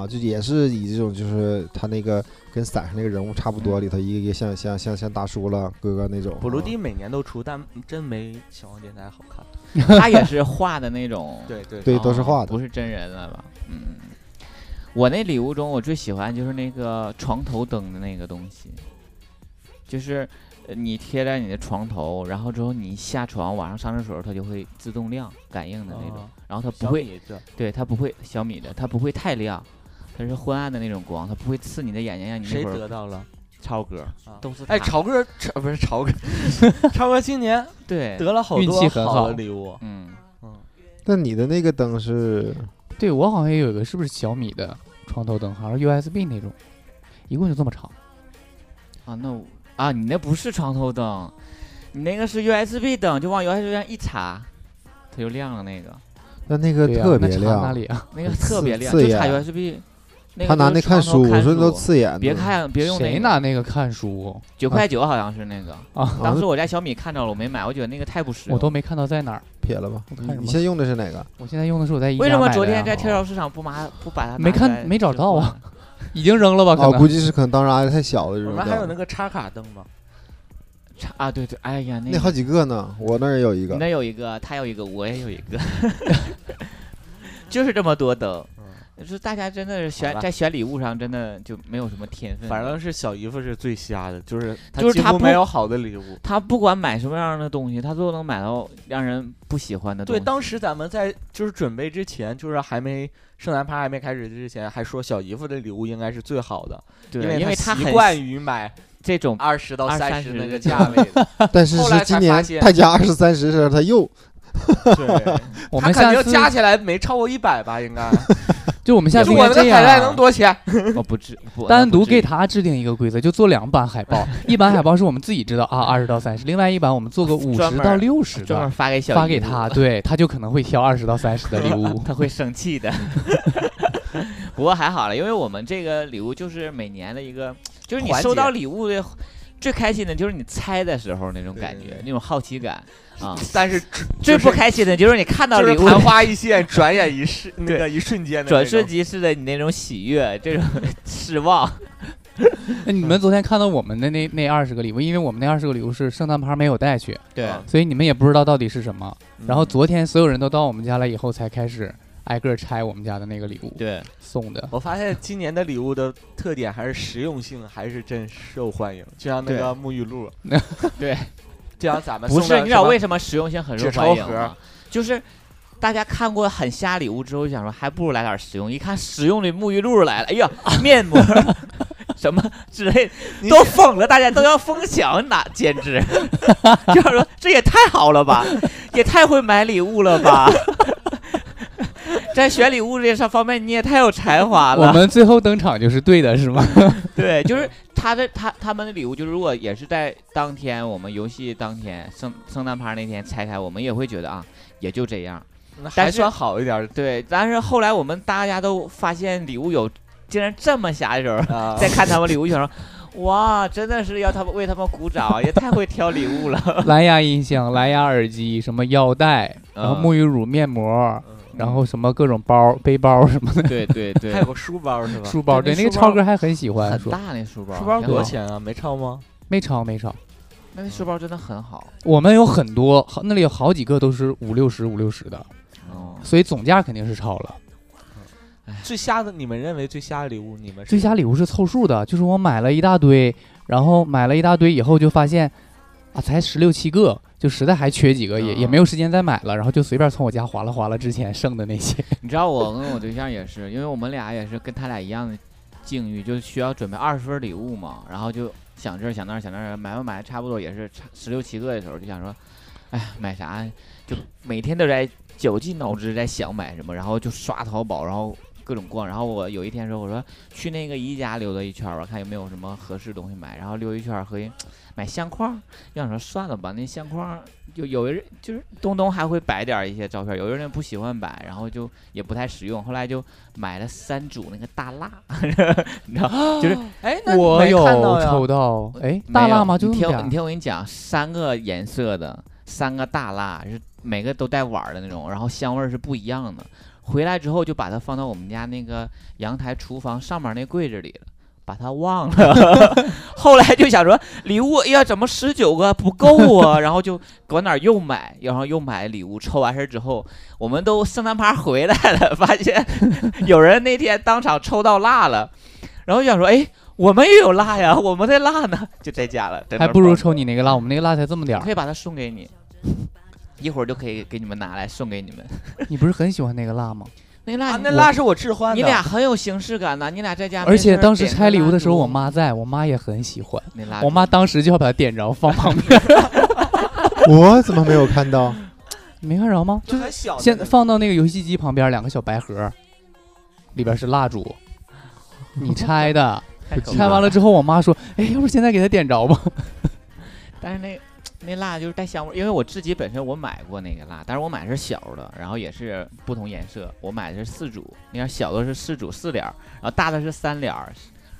啊，就也是以这种就是他那个跟伞上那个人物差不多，里头一个一个像像像像大叔了哥哥那种。布鲁啊迪每年都出，但真没小王电台好看。，*laughs* 他也是画的那 *laughs* 种对对对都是哦画的不是真人了吧？嗯，我那礼物中我最喜欢就是那个床头灯的那个东西，就是呃你贴在你的床头，然后之后你下床晚上上厕所它就会自动亮感应的那种，哦然后它不小会，米这对它不会小米的，它不会太亮，它是昏暗的那种光，它不会刺你的眼睛，让你谁那会儿得到了？超哥啊都是哎，他潮哥，潮不是潮哥，潮哥今年对，得了好运气多很好的礼物。嗯，嗯，那你的那个灯是对我好像也有一个，是不是小米的床头灯，好像是 USB 那种，一共就这么长。啊，那我啊，你那不是床头灯，你那个是 USB 灯，就往 USB 上一插，它就亮了。那个那那个对呀、特那别插亮，哪里啊？那个刺特别亮， *laughs* 刺就眼插 USB。那他个拿那就是床头书，我看说书都刺眼的。别看， *laughs* 别用谁那拿个，那个看书九块九好像是那个。啊？当时我在小米看着了，我没买，我觉得那个太不实我用了。都没看到在哪儿。撇了吧。我你看什你么现在用的是哪个？我现在用的是我在宜家为什么买的昨天呀哦在跳蚤市场不拿不把它没拿看出来没找置到换啊？已经扔了吧？可哦，能估计是可能当时挨得太小了，这我种们还有那灯。个插卡灯嘛，插啊？对对，哎呀，那那好几个呢，我那儿也有一你个。那有一个，他有一个，我也有一个， *laughs* 就是这么多灯。就是大家真的是嗯好选吧在选礼物上真的就没有什么天分，反正是小姨夫是最瞎的，就是就是几他乎不没有好的礼物。他不管买什么样的东西，他都能买到让人不喜欢的东对，西。当时咱们在就是准备之前，就是还没圣诞趴还没开始之前，还说小姨夫的礼物应该是最好的，对，因因为他他习很惯于啊买这种二十到20三十那个的价位的。但是后是来才今发年现他加二十三十时候，他又 *laughs* 对，我他们肯下定次加起来没超过一百吧，*laughs* 应该。就我们下次就应我该们的这样海啊带能多少钱？我哦不知不单独给他他制定一个规则，就做两版海 *laughs* 报，一版海报是我们自己知道啊，二十到三十，另外一版我们做个五专十门到六十专门的，发给小发姨给夫。他，，对他就可能会挑二十到三十的礼物 *laughs* 他会生气的。不过还好了，因为我们这个礼物就是每年的一个，就是你环收节到礼物的最开心的就是你拆的时候那种对感对觉对，那种好奇感啊。 *laughs* 但是最就不是开心的就是你看到就礼是物昙花一现，转眼 *laughs* 一瞬，那个一瞬间的那转种瞬即逝的你那种喜悦， *laughs* 这种失望，那你们昨天看到我们的那那二十个礼物，因为我们那二十个礼物是圣诞趴没有带去，对啊所以你们也不知道到底是什么。嗯然后昨天所有人都到我们家来以后，才开始挨个拆我们家的那个礼物对，，送的。我发现今年的礼物的特点还是实用性，还是真受欢迎。就像那个沐浴露对，就像咱们不送的是，你知什道么为什么实用性很受纸欢钞迎盒吗？就是大家看过很瞎礼物之后，就想说还不如来点实用。一看实用的沐浴露来了，哎 *laughs* 呀，面膜。 *laughs* 什么之类你都疯了，大家都要疯抢，那简 *laughs* 直就想说这也太好了 *laughs* 吧，也太会买礼物了 *laughs* 吧，在选礼物这上方面你也太有才华了。我们最后登场就是对的，*laughs* 是吗？对，就是他的他他们的礼物，就是如果也是在当天我们游戏当天圣圣诞趴那天拆开，我们也会觉得啊，也就这样。那但还是算好一点儿对，但是后来我们大家都发现礼物有竟然这么瞎的时候，啊？ *laughs* 再看他们礼物就想说，哇，真的是要他们为他们鼓掌，也太会挑礼物了。蓝牙音箱、蓝牙耳机、什么腰带，然后嗯沐浴乳、面膜，嗯然后什么各种包、背包什么的，对对对还，有个书包 *laughs* 是吧？书包。对对，那那个书超包哥还很喜欢，很说大那书包，书包挺多少好？钱啊？没超吗？没超没超。那个书包真的很好。我们有很多，好那里有好几个都是五六十、五六十的，哦，所以总价肯定是超了。最瞎的，你们认为最瞎的礼物，你们是最佳礼物是凑数的，就是我买了一大堆，然后买了一大堆以后就发现，啊，才十六七个，就实在还缺几个，也也没有时间再买了，然后就随便从我家划拉划拉之前剩的那些。你知道我跟我对象也是，因为我们俩也是跟他俩一样的境遇，就需要准备二十份礼物嘛，然后就想这儿想那儿想那儿，买不买差不多也是差十六七个的时候，就想说，哎呀，买啥？就每天都在绞尽脑汁在想买什么，然后就刷淘宝，然后各种逛。然后我有一天说，我说去那个宜家溜达一圈儿吧，看有没有什么合适东西买。然后溜一圈儿，合计买相框儿，要想说算了吧，那相框儿就有人就是东东还会摆点儿一些照片儿，有的人不喜欢摆，然后就也不太实用。后来就买了三组那个大蜡， *laughs* 你知道，就是哎， *laughs* 那我没有看到呀抽到，哎，没大有辣吗？就你这听我，么点你儿。听我跟你讲，三个颜色的，三个大蜡，是每个都带碗儿的那种，然后香味儿是不一样的。回来之后就把它放到我们家那个阳台、厨房上面那柜子里了。把它忘了， *laughs* 后来就想说礼物，哎呀，怎么十九个不够啊？ *laughs* 然后就搁哪儿又买，然后又买礼物。抽完事儿之后，我们都圣诞趴回来了，发现有人那天当场抽到蜡了， *laughs* 然后就想说，哎，我们也有蜡呀，我们的蜡呢？就在家了，在那还儿不如放抽你那个辣，我们那个辣才这么点我儿。可以把它送给你，一会儿就可以给你们拿来送给你们。你不是很喜欢那个 *laughs* 辣吗？那蜡啊，你，那蜡是我置换的。你俩很有形式感呐，你俩在家。而且当时拆礼物的时候，我妈妈在，我妈也很喜欢，那蜡烛，我妈当时就要把它点着放旁边，我怎么没有看到？你 *laughs* 没看着吗？就很小的先那个放到那个游戏机旁边两个小白盒，里边是 *laughs* 蜡烛，你拆的，太可怕拆完了之后，我妈说：“哎，要不现在给它点着吧但是那那蜡就是带香味儿，因为我自己本身我买过那个蜡，但是我买的是小的，然后也是不同颜色，我买的是四组，那样小的是四组四帘儿，然后大的是三帘儿，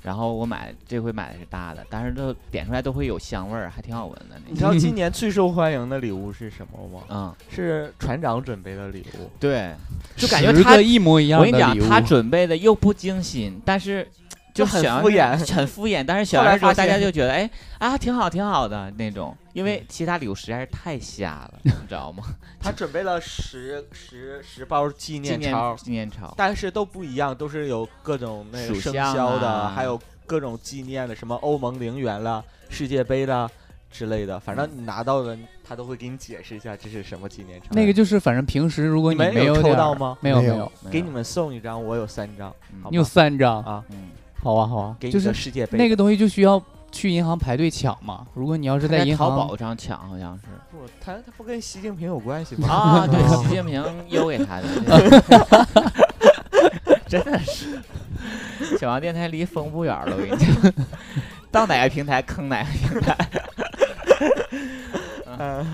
然后我买这回买的是大的，但是都点出来都会有香味儿，还挺好闻的你那知个。道今年最受欢迎的礼物是什么吗？嗯，是船长准备的礼物。对，？” *laughs* 就感觉十他个一模一样我的跟你讲礼，物他准备的又不精心，但是就很想敷让衍很敷衍。 *laughs* 但是想后来完之后，发大家现就觉得哎啊挺好挺好的那种，因为其他礼物实在是太瞎了，你知道吗？他准备了十十十包纪纪念念钞，纪念钞，但是都不一样，都是有各种那个属生相肖的，啊还有各种纪念的，什么欧盟陵园啦、世界杯啦之类的。反正你拿到的，他都会给你解释一下这是什么纪念钞。那个就是，反正平时如果你们没有有抽点儿到吗没有没有有，没给有你们送一张，我有三张嗯好你有吧三张，啊，嗯，好啊好啊给，你就个是世界杯那个东西就需要去银行排队抢嘛。如果你要是他在银淘行，宝上抢好像是不，他他不跟习近平有关系 *laughs* 吗？啊，对，习近 *laughs* 平邮给他的， *laughs* 真的是。小王电台离风不远了，我跟你讲，到哪个平台坑哪个平 *laughs* 台， *laughs* 嗯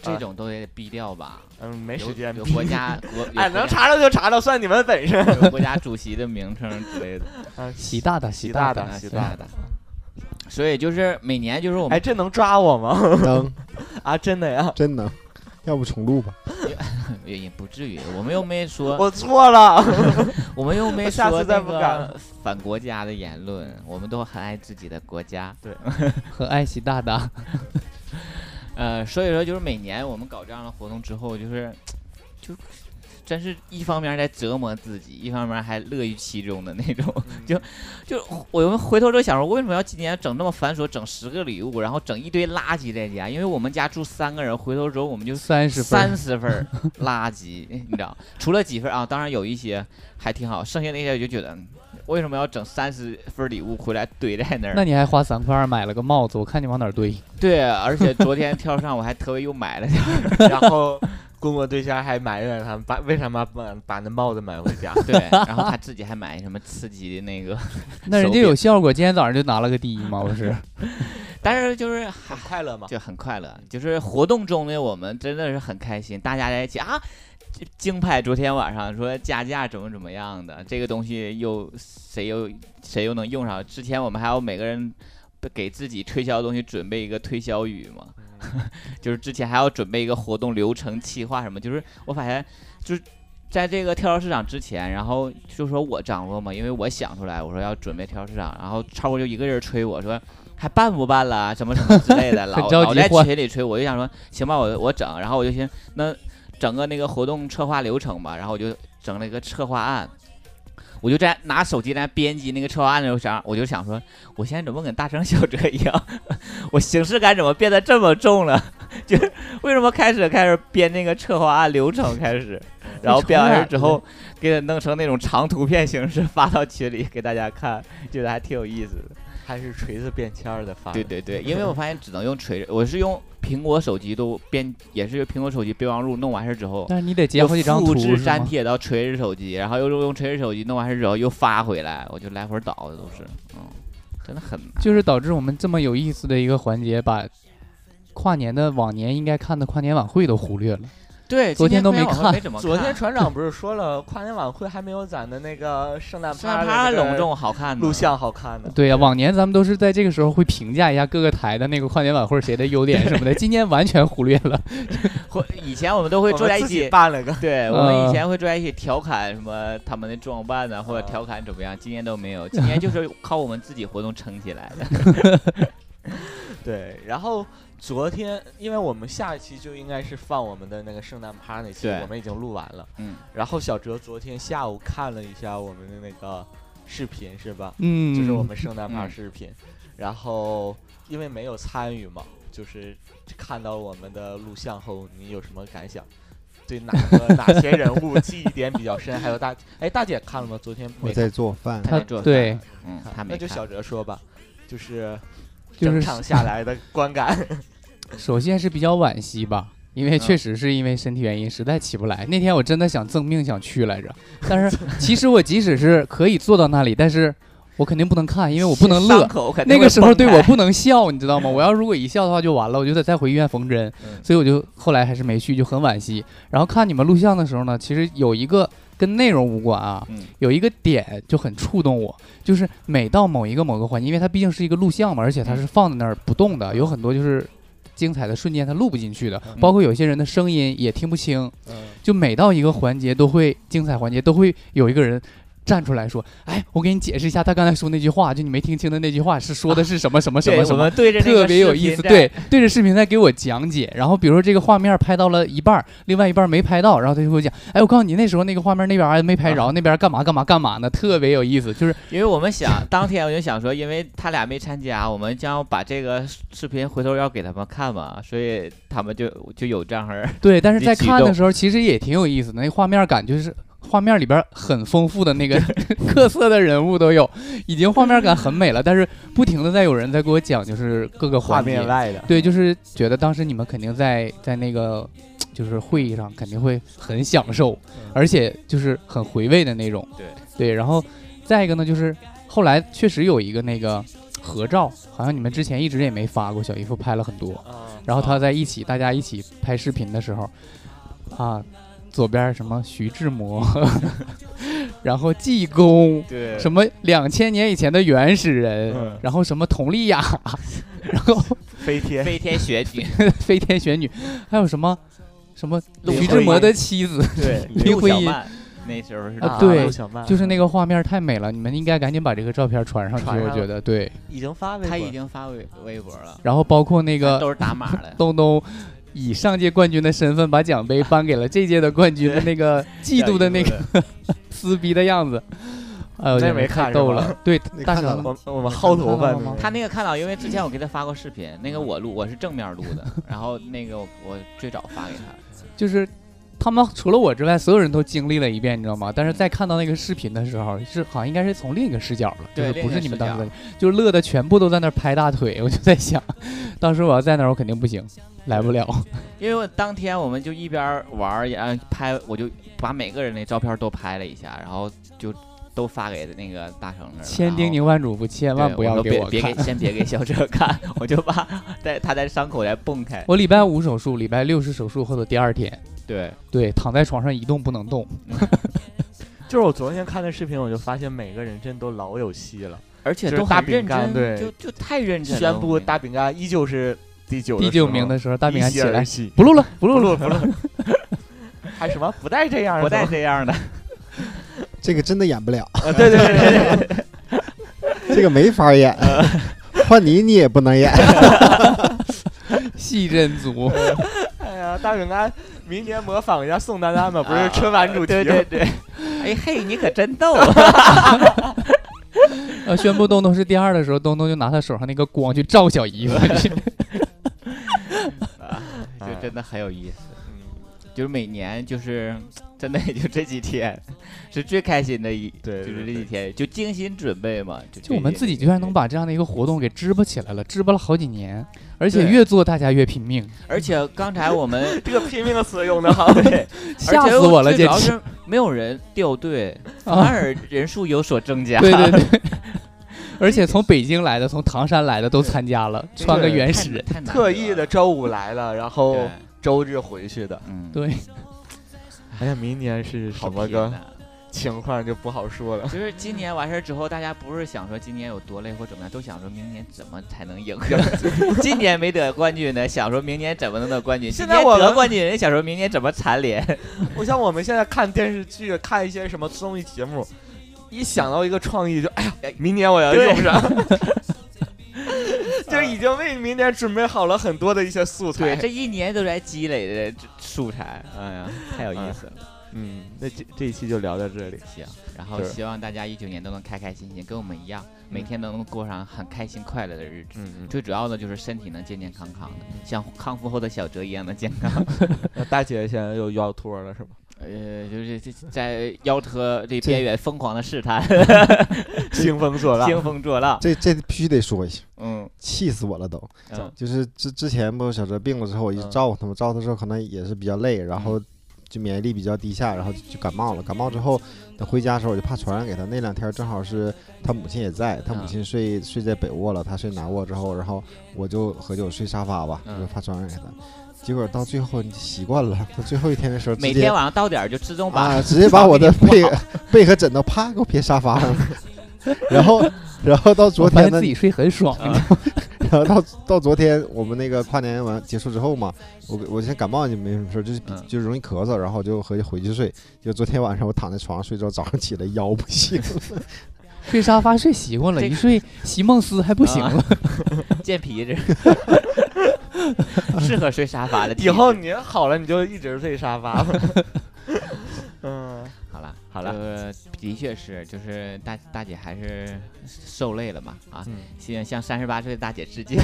这种都得逼掉吧。嗯，没有时间有。国 *laughs* 家国哎，有国家能查着就查着，算你们本事。有国家主席的名称之类的， *laughs* 嗯，习大大习习大大大，习习大大。所以就是每年就是我哎，们这能抓我吗？ *laughs* 能，啊，真的呀，真能，要不重录吧？也也不至于，我们又没说，我错了。我们又没我 *laughs* 下说次再那不敢个了反国家的言论，我们都很爱自己的国家。和爱习大大，呃，所以说就是每年我们搞这样的活动之后，就是就真是一方面在折磨自己，一方面还乐于其中的那种。嗯 *laughs* 就就我们回头就想说，为什么要今年整这么繁琐，整十个礼物，然后整一堆垃圾在家？因为我们家住三个人，回头之后我 *laughs* 们就三十分三儿，十分儿垃 *laughs* 圾，你知道？除了几份儿啊，当然有一些还挺好，剩下那些我就觉得。嗯为什么要整三十份儿礼物回来堆在那儿？那你还花三块二买了个帽子，我看你往哪 *laughs* 儿堆。对，而且昨天跳上我还特意又买 *laughs* 了，然后公公对象还埋怨他把为什么把把那帽子买回家 *laughs* 对，然后他自己还买什么刺激的那个，那人手家柄有效果，今天早上就拿了个第一嘛， *laughs* 不是？但是就是还很快 *laughs* 乐嘛。就很快乐，就是活动中的我们真的是很开心，大家在一起啊，这竞拍昨天晚上说加价怎么怎么样的，这个东西又谁又谁又能用上？之前我们还要每个人给自己推销的东西准备一个推销语嘛，嗯就是之前还要准备一个活动流程、企划什么。就是我发现，就是在这个跳蚤市场之前，然后就说我掌握嘛，因为我想出来，我说要准备跳蚤市场，然后超哥就一个人催我说。还办不办了？啊什么什么之类 *laughs* 的，老着老急在换群里催，我就想说，行吧，我我整，然后我就先那整个那个活动策划流程吧，然后我就整了一个策划案，我就在拿手机在编辑那个策划案的时候想，我就想说，我现在怎么跟大成小哲一样， *laughs* 我形式感怎么变得这么重了？ *laughs* 就是为什么开始开始编那个策划案流程开 *laughs* 始，然后编完事之后给它弄成那种长图片形式发到群里给大家看，觉得还挺有意思的。还是锤子变签儿的发。对对对，因为我发现只能用锤，我是用苹果手机都编，也是苹果手机备忘录弄完事之后，但是你得截又好几张复图制是粘吗？贴到锤子手机，然后又用锤子手机弄完事之后又发回来，我就来回倒的都是，嗯，真的很难。就是导致我们这么有意思的一个环节，把跨年的往年应该看的跨年晚会都忽略了。对，昨今天都快没要晚会看没怎么昨天船长不是说了，跨年晚会还没有咱的那个圣诞圣诞趴趴的隆重好看呢录像好看呢。对呀、往年咱们都是在这个时候会评价一下各个台的那个跨年晚会谁的优点 *laughs* 什么的，今年完全忽略了。或以前我们都会我坐们在一自己起，办了个，对我们以呃前会坐在一起调侃什么他们的装扮呢，或者啊调侃怎么样，今年都 *laughs* 没有，今年就是靠我们自己活动撑起来的。对，然后昨天，因为我们下一期就应该是放我们的那个圣诞趴那期，对我们已经录完了。嗯，然后小哲昨天下午看了一下我们的那个视频，是吧？嗯，就是我们圣诞趴嗯视频。然后因为没有参与嘛，就是看到我们的录像后，你有什么感想？对哪个哪些人 *laughs* 物记忆点比较深？还有大哎，大姐看了吗？昨天我没在做饭，他他在做对饭，嗯， *laughs* 看他没那就看小哲说吧，就是就整是场下来的观感。 *laughs* 首先是比较惋惜吧，因为确实是因为身体原因实在起不嗯来。那天我真的想赠命想去来着，但是其实我即使是可以坐到那里，但是我肯定不能看，因为我不能乐 *laughs* 伤。口肯定那会个时候崩对开我不能笑，你知道吗？我要如果一笑的话就完了，我就得再回医院缝针。嗯所以我就后来还是没去，就很惋惜。然后看你们录像的时候呢，其实有一个跟内容无关啊，嗯有一个点就很触动我，就是每到某一个某个环节，因为它毕竟是一个录像嘛，而且它是放在那儿不动的，有很多就是精彩的瞬间它录不进去的，嗯包括有些人的声音也听不清。就每到一个环节都会精彩环节都会有一个人。站出来说：“哎，我给你解释一下，他刚才说那句话，就你没听清的那句话是说的是什么什么什对么什我么。们对着那特个别视有频意思，在对，对着视频在给我讲解。然后比如说这个画面拍到了一半儿，另外一半儿没拍到，然后他就会讲，哎，我告诉你那时候那个画面那边儿没拍着，那边儿干嘛干嘛干嘛呢，特别有意思。就是因为我们想当天我就想说，因为他俩没参加，我们将把这个视视频回头要给他们看嘛，所以他们就就有这样儿。 *laughs* 对，但是你在激看的动时候其实也挺有意思的，那画面感就是。画面里边儿很丰富的那个 *laughs* 各色的人物都有，已经画面感很美了。但是不停的在有人在给我讲，就是各个画环节面外的，对，就是觉得当时你们肯定在在那个就是会议上肯定会很享受，而且就是很回味的那种。嗯对对，然后再一个呢，就是后来确实有一个那个合照，好像你们之前一直也没发过，小姨夫拍了很多。啊然后他在一起，大家一起拍视频的时候，啊，左边什么徐志摩， *laughs* 然后济公，对什么两千年以前的原始人，嗯然后什么佟丽娅， *laughs* 然后飞天飞天雪 *laughs* 女，飞天玄女，还有什么什么陆徐小志摩曼的妻子，对林陆徽小因曼那时候是啊对陆小曼就是那个画面太美了，你们应该赶紧把这个照片传上去，传我上觉得对。已经发微博他已了经发微微博了，然后包括那都个是打码 *laughs* 的。东东。以上届冠军的身份，把奖杯颁给了这届的冠军的那个嫉妒的那个撕逼的样子，哎呦，那真没是太看是逗吧了。 *laughs* 对，你大看到成了 *laughs* 我我们薅头发看到了吗他那个看到，因为之前我给他发过视频，那个我录，我是正面录 *laughs* 的，然后那个我我最早发给他，就是他们除了我之外，所有人都经历了一遍，你知道吗？但是在看到那个视频的时候，是好像应该是从另一个视角了，就对是不是你们当时另一在，就是乐的全部都在那儿拍大腿，我就在想，当时我要在那儿，我肯定不行，来不了。因为我当天我们就一边玩儿，然后拍，我就把每个人的照片都拍了一下，然后就都发给那个大成那儿了，千然叮后咛万嘱咐，千万对不要说给别别看。给先别给小哲看， *laughs* 我就怕在他在伤口再蹦开。 *laughs* 我礼拜五手术，礼拜六是手术后的第二天，对， *laughs* 对，躺在床上一动不能动。就是我昨天看的视频，我就发现每个人真都老有戏了。而且就都是大很认饼干真，对就就太认真了。宣我布跟你大饼干依旧是第九第九名的时候，大饼干一起泻来而，西不录了，不不录了。录不录， *laughs* 还什么不带这讲样的，不带这样 *laughs* 的，这个真的演不了，啊， *laughs* 对对对对对， *laughs* 这个没法演，呃 *laughs* 换你你也不能演。 *laughs* 戏真足，哎呀，大饼干明年模仿一下宋丹丹吧，不是春晚主题吗，对对 *laughs* 对，哎嘿，你可真逗。啊呃，宣布东东是第二的时候，东东就拿他手上那个光去照小姨夫去。哎就真的很有意思。嗯就是每年就是真的也就这几天，是最开心的一，对就是这对对几天就精心准备嘛。就就我们自己居然能，把这样的一个活动给支巴起来了，支巴了好几年，而且对越做大家越拼命，这而且刚才我 *laughs* 们这个拼命的词用的好，对，吓死我了，而且最简主要直是没有人掉 *laughs* 队，反 *laughs* 啊！而人数有所增加。对对对，而且从北京来的、从唐山来的都参加了，这穿个是原太始，太难得 *laughs* 特意的了。周五来了，然后对，周日回去的。嗯，哦对，哎呀，明年是好什么拼啊个呐情况就不好说了。就是今年完事儿之后，大家不是想说今年有多累或怎么样，都想说明年怎么才能 *laughs* 赢。 *laughs* 今年没得冠军的，想说明年怎么能得冠军；现今在年我得们冠军，人想说明年怎么蝉联。 *laughs* 我像我们现在看电视剧、看一些什么综艺节目，一想到一个创意就哎呀，明年我要对用 *laughs* 上。就是已经为明年准备好了很多的一些素对， *laughs* 材。这一年都在积累的这素材，哎呀，太有意思了。嗯，那这这一期就聊到这里。行，然后是希望大家一九年都能开开心心，跟我们一样，每天都能过上很开心快乐的日子。嗯，最主要的就是身体能健健康康的，像康复后的小哲一样的健康。那大姐现在又腰托了 *laughs* 是吧？呃，就是这在 *laughs* 腰车这这边缘疯狂的试探，兴风作浪， *laughs* 兴风作浪。这这必须得说一下，嗯气死我了都！嗯，就是之之前不是小哲病了之后，我一直嗯照顾他嘛，照顾他之后可能也是比较累，然嗯后就免疫力比较低下，然后就就感冒了。感冒之后，等回家的时候我就怕传染给他。那两天正好是他母亲也在，他母嗯亲睡睡在北卧了，他睡南卧之后，然后我就合计我睡沙发吧，我嗯就怕传染给他。结果到最后你习惯了，到最后一天的时候，每直接天晚上到点儿就自动把啊， *laughs* 直接把我的被 *laughs* 被和枕头啪给我撇沙发上了，然后然后到昨我发天现呢自，己睡很爽。然后到到昨天我们那个跨年完结束之后嘛，我我先感冒就没什么事儿，就是比嗯就容易咳嗽，然后我就回去回去睡。就昨天晚上我躺在床上睡着，早上起来腰不行，睡沙发睡习惯了，这一睡席梦思还不行了。 *laughs* 健脾 *laughs* 子，适合睡沙发的体质。以后你好了，你就一直睡沙发吧。 *laughs* 嗯，好了，好了呃，的确是，就是大大姐还是受累了嘛啊嗯，向向三十八岁的大姐致 *laughs* 敬。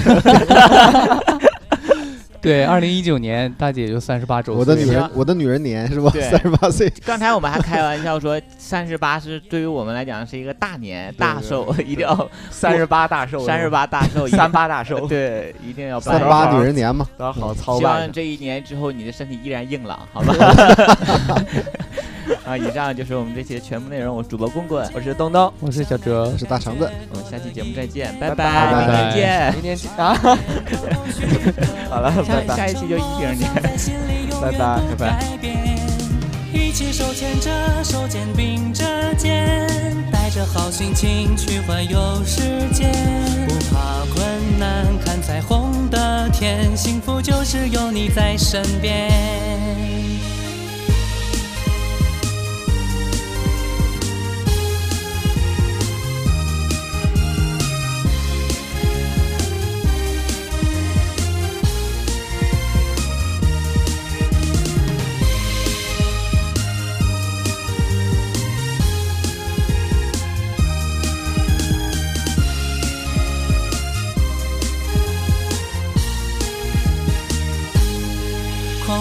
对，二零一九年大姐就三十八周岁了，我的女人我的女人年是吧？对三十八岁，刚才我们还开玩笑说，三十八是对于我们来讲是一个大年对大对寿，一定要三十八大寿，三十八大寿，一定三八 *laughs* 大寿，对，一定要三办十一八个女人年嘛。都好操嗯希望办。这一年之后你的身体依然硬朗，好 *laughs* 吧？啊，以上就是我们这期的全部内容。我是主播棍棍，我是东东，我是小哲我。是大橙子，我们下期节目再见，拜拜拜明拜天见。明天见 *laughs* 啊！好了，拜下拜下。一期就一零年。在心里永远的改变。一起手牵着手，肩并着肩，带着好心情去环游世界，不怕困难，看彩虹的天，幸福就是有你在身边。狂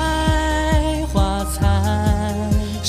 花残，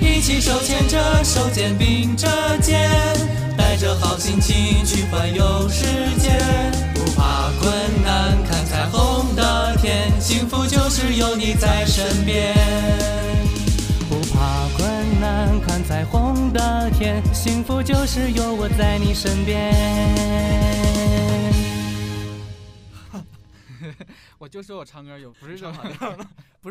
一起手牵着手，肩并着肩，带着好心情去环游世界，不怕困难，看彩虹的天，幸福就是有你在身边。不怕困难，看彩虹的天，幸福就是有我在你身边。 *laughs* 我就说我唱歌有，不是唱说 *laughs* 跑调了，不